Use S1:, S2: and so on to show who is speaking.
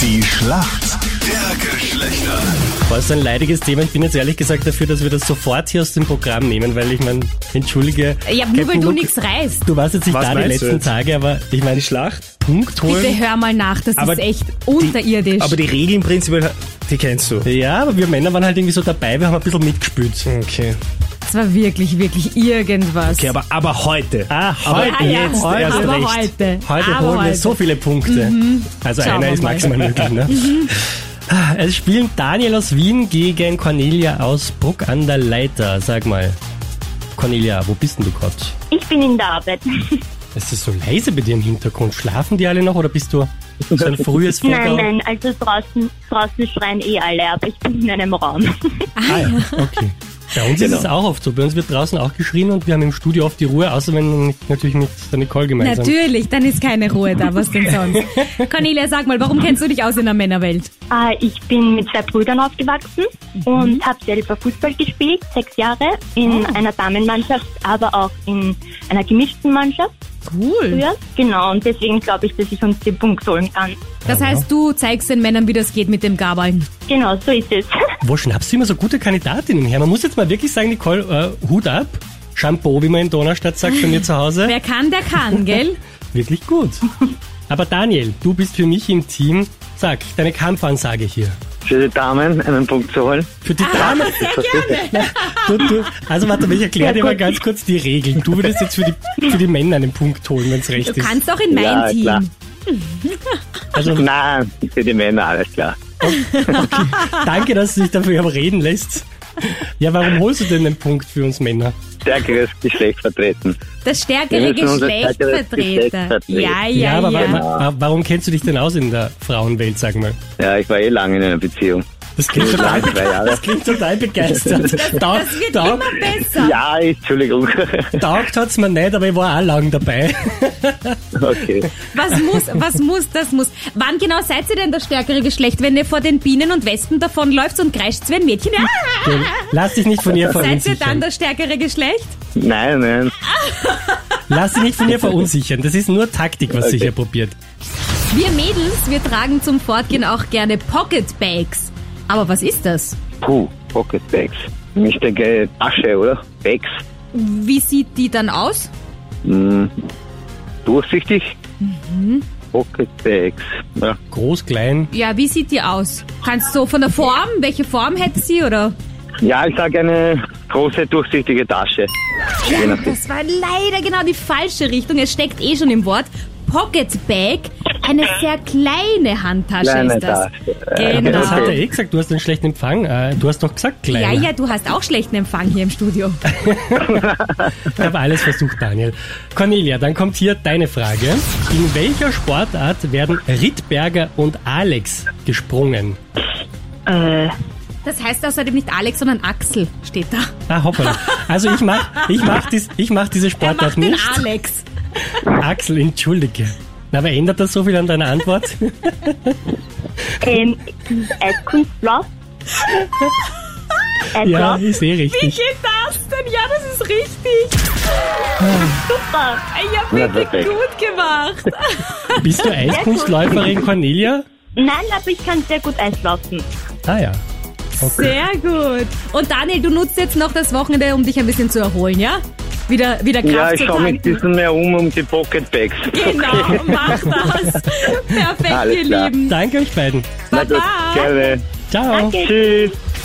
S1: Die Schlacht der Geschlechter.
S2: War es ein leidiges Thema. Ich bin jetzt ehrlich gesagt dafür, dass wir das sofort hier aus dem Programm nehmen, weil ich meine, entschuldige.
S3: Ja, nur weil
S2: Captain
S3: du
S2: Luke,
S3: nichts reißt.
S2: Du warst jetzt nicht
S4: Was
S2: da die
S4: meinst du
S2: letzten
S4: jetzt?
S2: Tage, aber ich meine,
S4: Die Schlacht?
S2: Punkt
S3: Bitte
S2: holen.
S3: hör mal nach, das
S4: Aber
S3: ist echt unterirdisch.
S4: Aber die Regeln prinzipiell, die kennst du.
S2: Ja, aber wir Männer waren halt irgendwie so dabei, wir haben ein bisschen mitgespült.
S4: Okay.
S3: das war wirklich, wirklich irgendwas.
S4: Okay, aber, aber heute.
S2: Ah,
S3: Ah, ja,
S2: jetzt
S3: heute.
S2: erst
S3: aber
S2: recht.
S3: heute.
S2: Heute
S3: aber
S2: holen wir
S3: heute. Mhm.
S2: so viele Punkte. Also
S3: Schauen
S2: einer
S3: wir
S2: ist
S3: mal. Mhm.
S2: maximal möglich. Ne? Ah, Es spielen Daniel aus Wien gegen Cornelia aus Bruck an der Leiter. Sag mal, Cornelia, wo bist denn du gerade?
S5: Ich bin in der Arbeit.
S2: Ist das so leise bei dir im Hintergrund? Schlafen die alle noch oder bist du so ein frühes
S5: Nein,
S2: Vogel?
S5: nein, also draußen, draußen schreien eh alle, aber ich bin in einem Raum.
S2: Ah, ja. Okay. Bei uns ist es auch oft so. Bei uns wird draußen auch geschrien und wir haben im Studio oft die Ruhe, außer wenn natürlich mit der Nicole gemeinsam.
S3: Natürlich, dann ist keine Ruhe da, was denn sonst? Cornelia, sag mal, warum kennst du dich aus in der Männerwelt?
S5: Äh, ich bin mit zwei Brüdern aufgewachsen und habe selber Fußball gespielt, sechs Jahre, in einer Damenmannschaft, aber auch in einer gemischten Mannschaft
S3: Cool.
S5: früher. Genau, und deswegen glaube ich, dass ich uns den Punkt holen kann.
S3: Das heißt, du zeigst den Männern, wie das geht mit dem Gabeln.
S5: Genau, so ist es.
S2: Wo schnappst du immer so gute Kandidatinnen her? Man muss jetzt mal wirklich sagen, Nicole, äh, Hut ab. Shampoo, wie man in Donaustadt sagt, bei mir zu Hause.
S3: Wer kann, der kann, gell?
S2: Wirklich gut. Aber Daniel, du bist für mich im Team. Sag, deine Kampfansage hier.
S6: für die Damen einen Punkt zu holen.
S2: Für
S3: Ah,
S2: die Damen. Du, du, also warte, ich erkläre dir mal ganz kurz die Regeln. Du würdest jetzt für die, für die Männer einen Punkt holen, wenn es recht
S3: Du
S2: ist.
S3: kannst auch in mein
S6: Ja,
S3: Team.
S6: klar.
S2: Also
S6: Nein, für die Männer, alles klar.
S2: danke, dass du dich dafür reden lässt. Ja, warum holst du denn einen Punkt für uns Männer?
S6: Stärkeres Geschlecht vertreten.
S3: Das stärkere
S6: Wir müssen unser
S3: Geschlecht
S6: stärkeres Geschlecht
S3: vertreten.
S6: vertreten.
S3: Ja, ja, ja.
S2: aber wa- wa- warum kennst du dich denn aus in der Frauenwelt, sag mal?
S6: Ja, ich war eh lange in einer Beziehung.
S2: Das klingt
S6: Ja,
S2: total,
S6: zwei Jahre.
S2: das klingt total begeistert. Taug,
S3: Das wird
S2: taug,
S3: immer besser.
S6: Ja, Entschuldigung.
S2: taugt hat's mir nicht, aber ich war auch lang dabei.
S6: Okay.
S3: Was muss, was muss, das muss. Wann genau seid ihr denn das stärkere Geschlecht, wenn ihr vor den Bienen und Wespen davonläuft und kreischt wie ein Mädchen? Ah,
S2: Lass dich nicht von ihr
S3: seid ihr dann
S2: verunsichern.
S3: das stärkere Geschlecht?
S6: Nein, nein.
S2: Lass dich nicht von ihr verunsichern. Das ist nur Taktik, was sie
S6: Okay.
S2: hier probiert.
S3: Wir Mädels, wir tragen zum Fortgehen auch gerne Pocketbags. Aber was ist das?
S6: Puh, Pocketbags. Ich denke, Tasche, oder? Bags.
S3: Wie sieht die dann aus?
S6: Hm. Durchsichtig? Pocketbags. Ja.
S2: Groß, klein.
S3: Ja, wie sieht die aus? Kannst du von der Form, welche Form hätte sie oder?
S6: ja, ich sage eine große, durchsichtige Tasche. Je nachdem.
S3: Das war leider genau die falsche Richtung. Es steckt eh schon im Wort Pocketbag. Eine sehr kleine Handtasche
S6: Äh. Kleine
S3: ist das.
S6: Tasche. Äh,
S3: Genau.
S2: Das hat er eh gesagt, du hast einen schlechten Empfang. Äh, Du hast doch gesagt,
S3: Ja,
S2: klein.
S3: ja, du hast auch schlechten Empfang hier im Studio.
S2: Ich habe alles versucht, Daniel. Cornelia, dann kommt hier deine Frage. In welcher Sportart werden Rittberger und Alex gesprungen?
S3: Das heißt außerdem nicht Alex, sondern Axel steht da.
S2: Ah, hoppala. Also ich mach, ich mach, dies, ich mach diese
S3: Er
S2: Sportart
S3: macht den
S2: nicht.
S3: Alex.
S2: Axel, entschuldige. Na, aber ändert das so viel an deiner Antwort?
S5: ähm, Eiskunstlauf.
S2: ja,
S5: Eislauf.
S2: ich sehe
S3: Wie
S2: eh richtig.
S3: geht das denn? Ja, das ist richtig.
S5: Super.
S3: Ich habe
S6: Na,
S3: wirklich
S6: perfekt.
S3: gut gemacht.
S2: Bist du Eiskunstläuferin, Cornelia?
S5: Nein, aber ich kann sehr gut Eislaufen.
S2: Ah ja. Okay.
S3: Sehr gut. Und Daniel, du nutzt jetzt noch das Wochenende, um dich ein bisschen zu erholen, ja? Wieder, wieder Kraft
S6: Ja, ich
S3: zu
S6: schaue mich ein
S3: tanken.
S6: bisschen mehr um, um die Pocketbags.
S3: Genau, mach das. Perfekt,
S6: Alles
S3: ihr
S6: klar.
S3: Lieben.
S2: Danke euch beiden.
S6: Na gut,
S3: Baba.
S6: gerne.
S2: Ciao.
S5: Danke.
S6: Tschüss.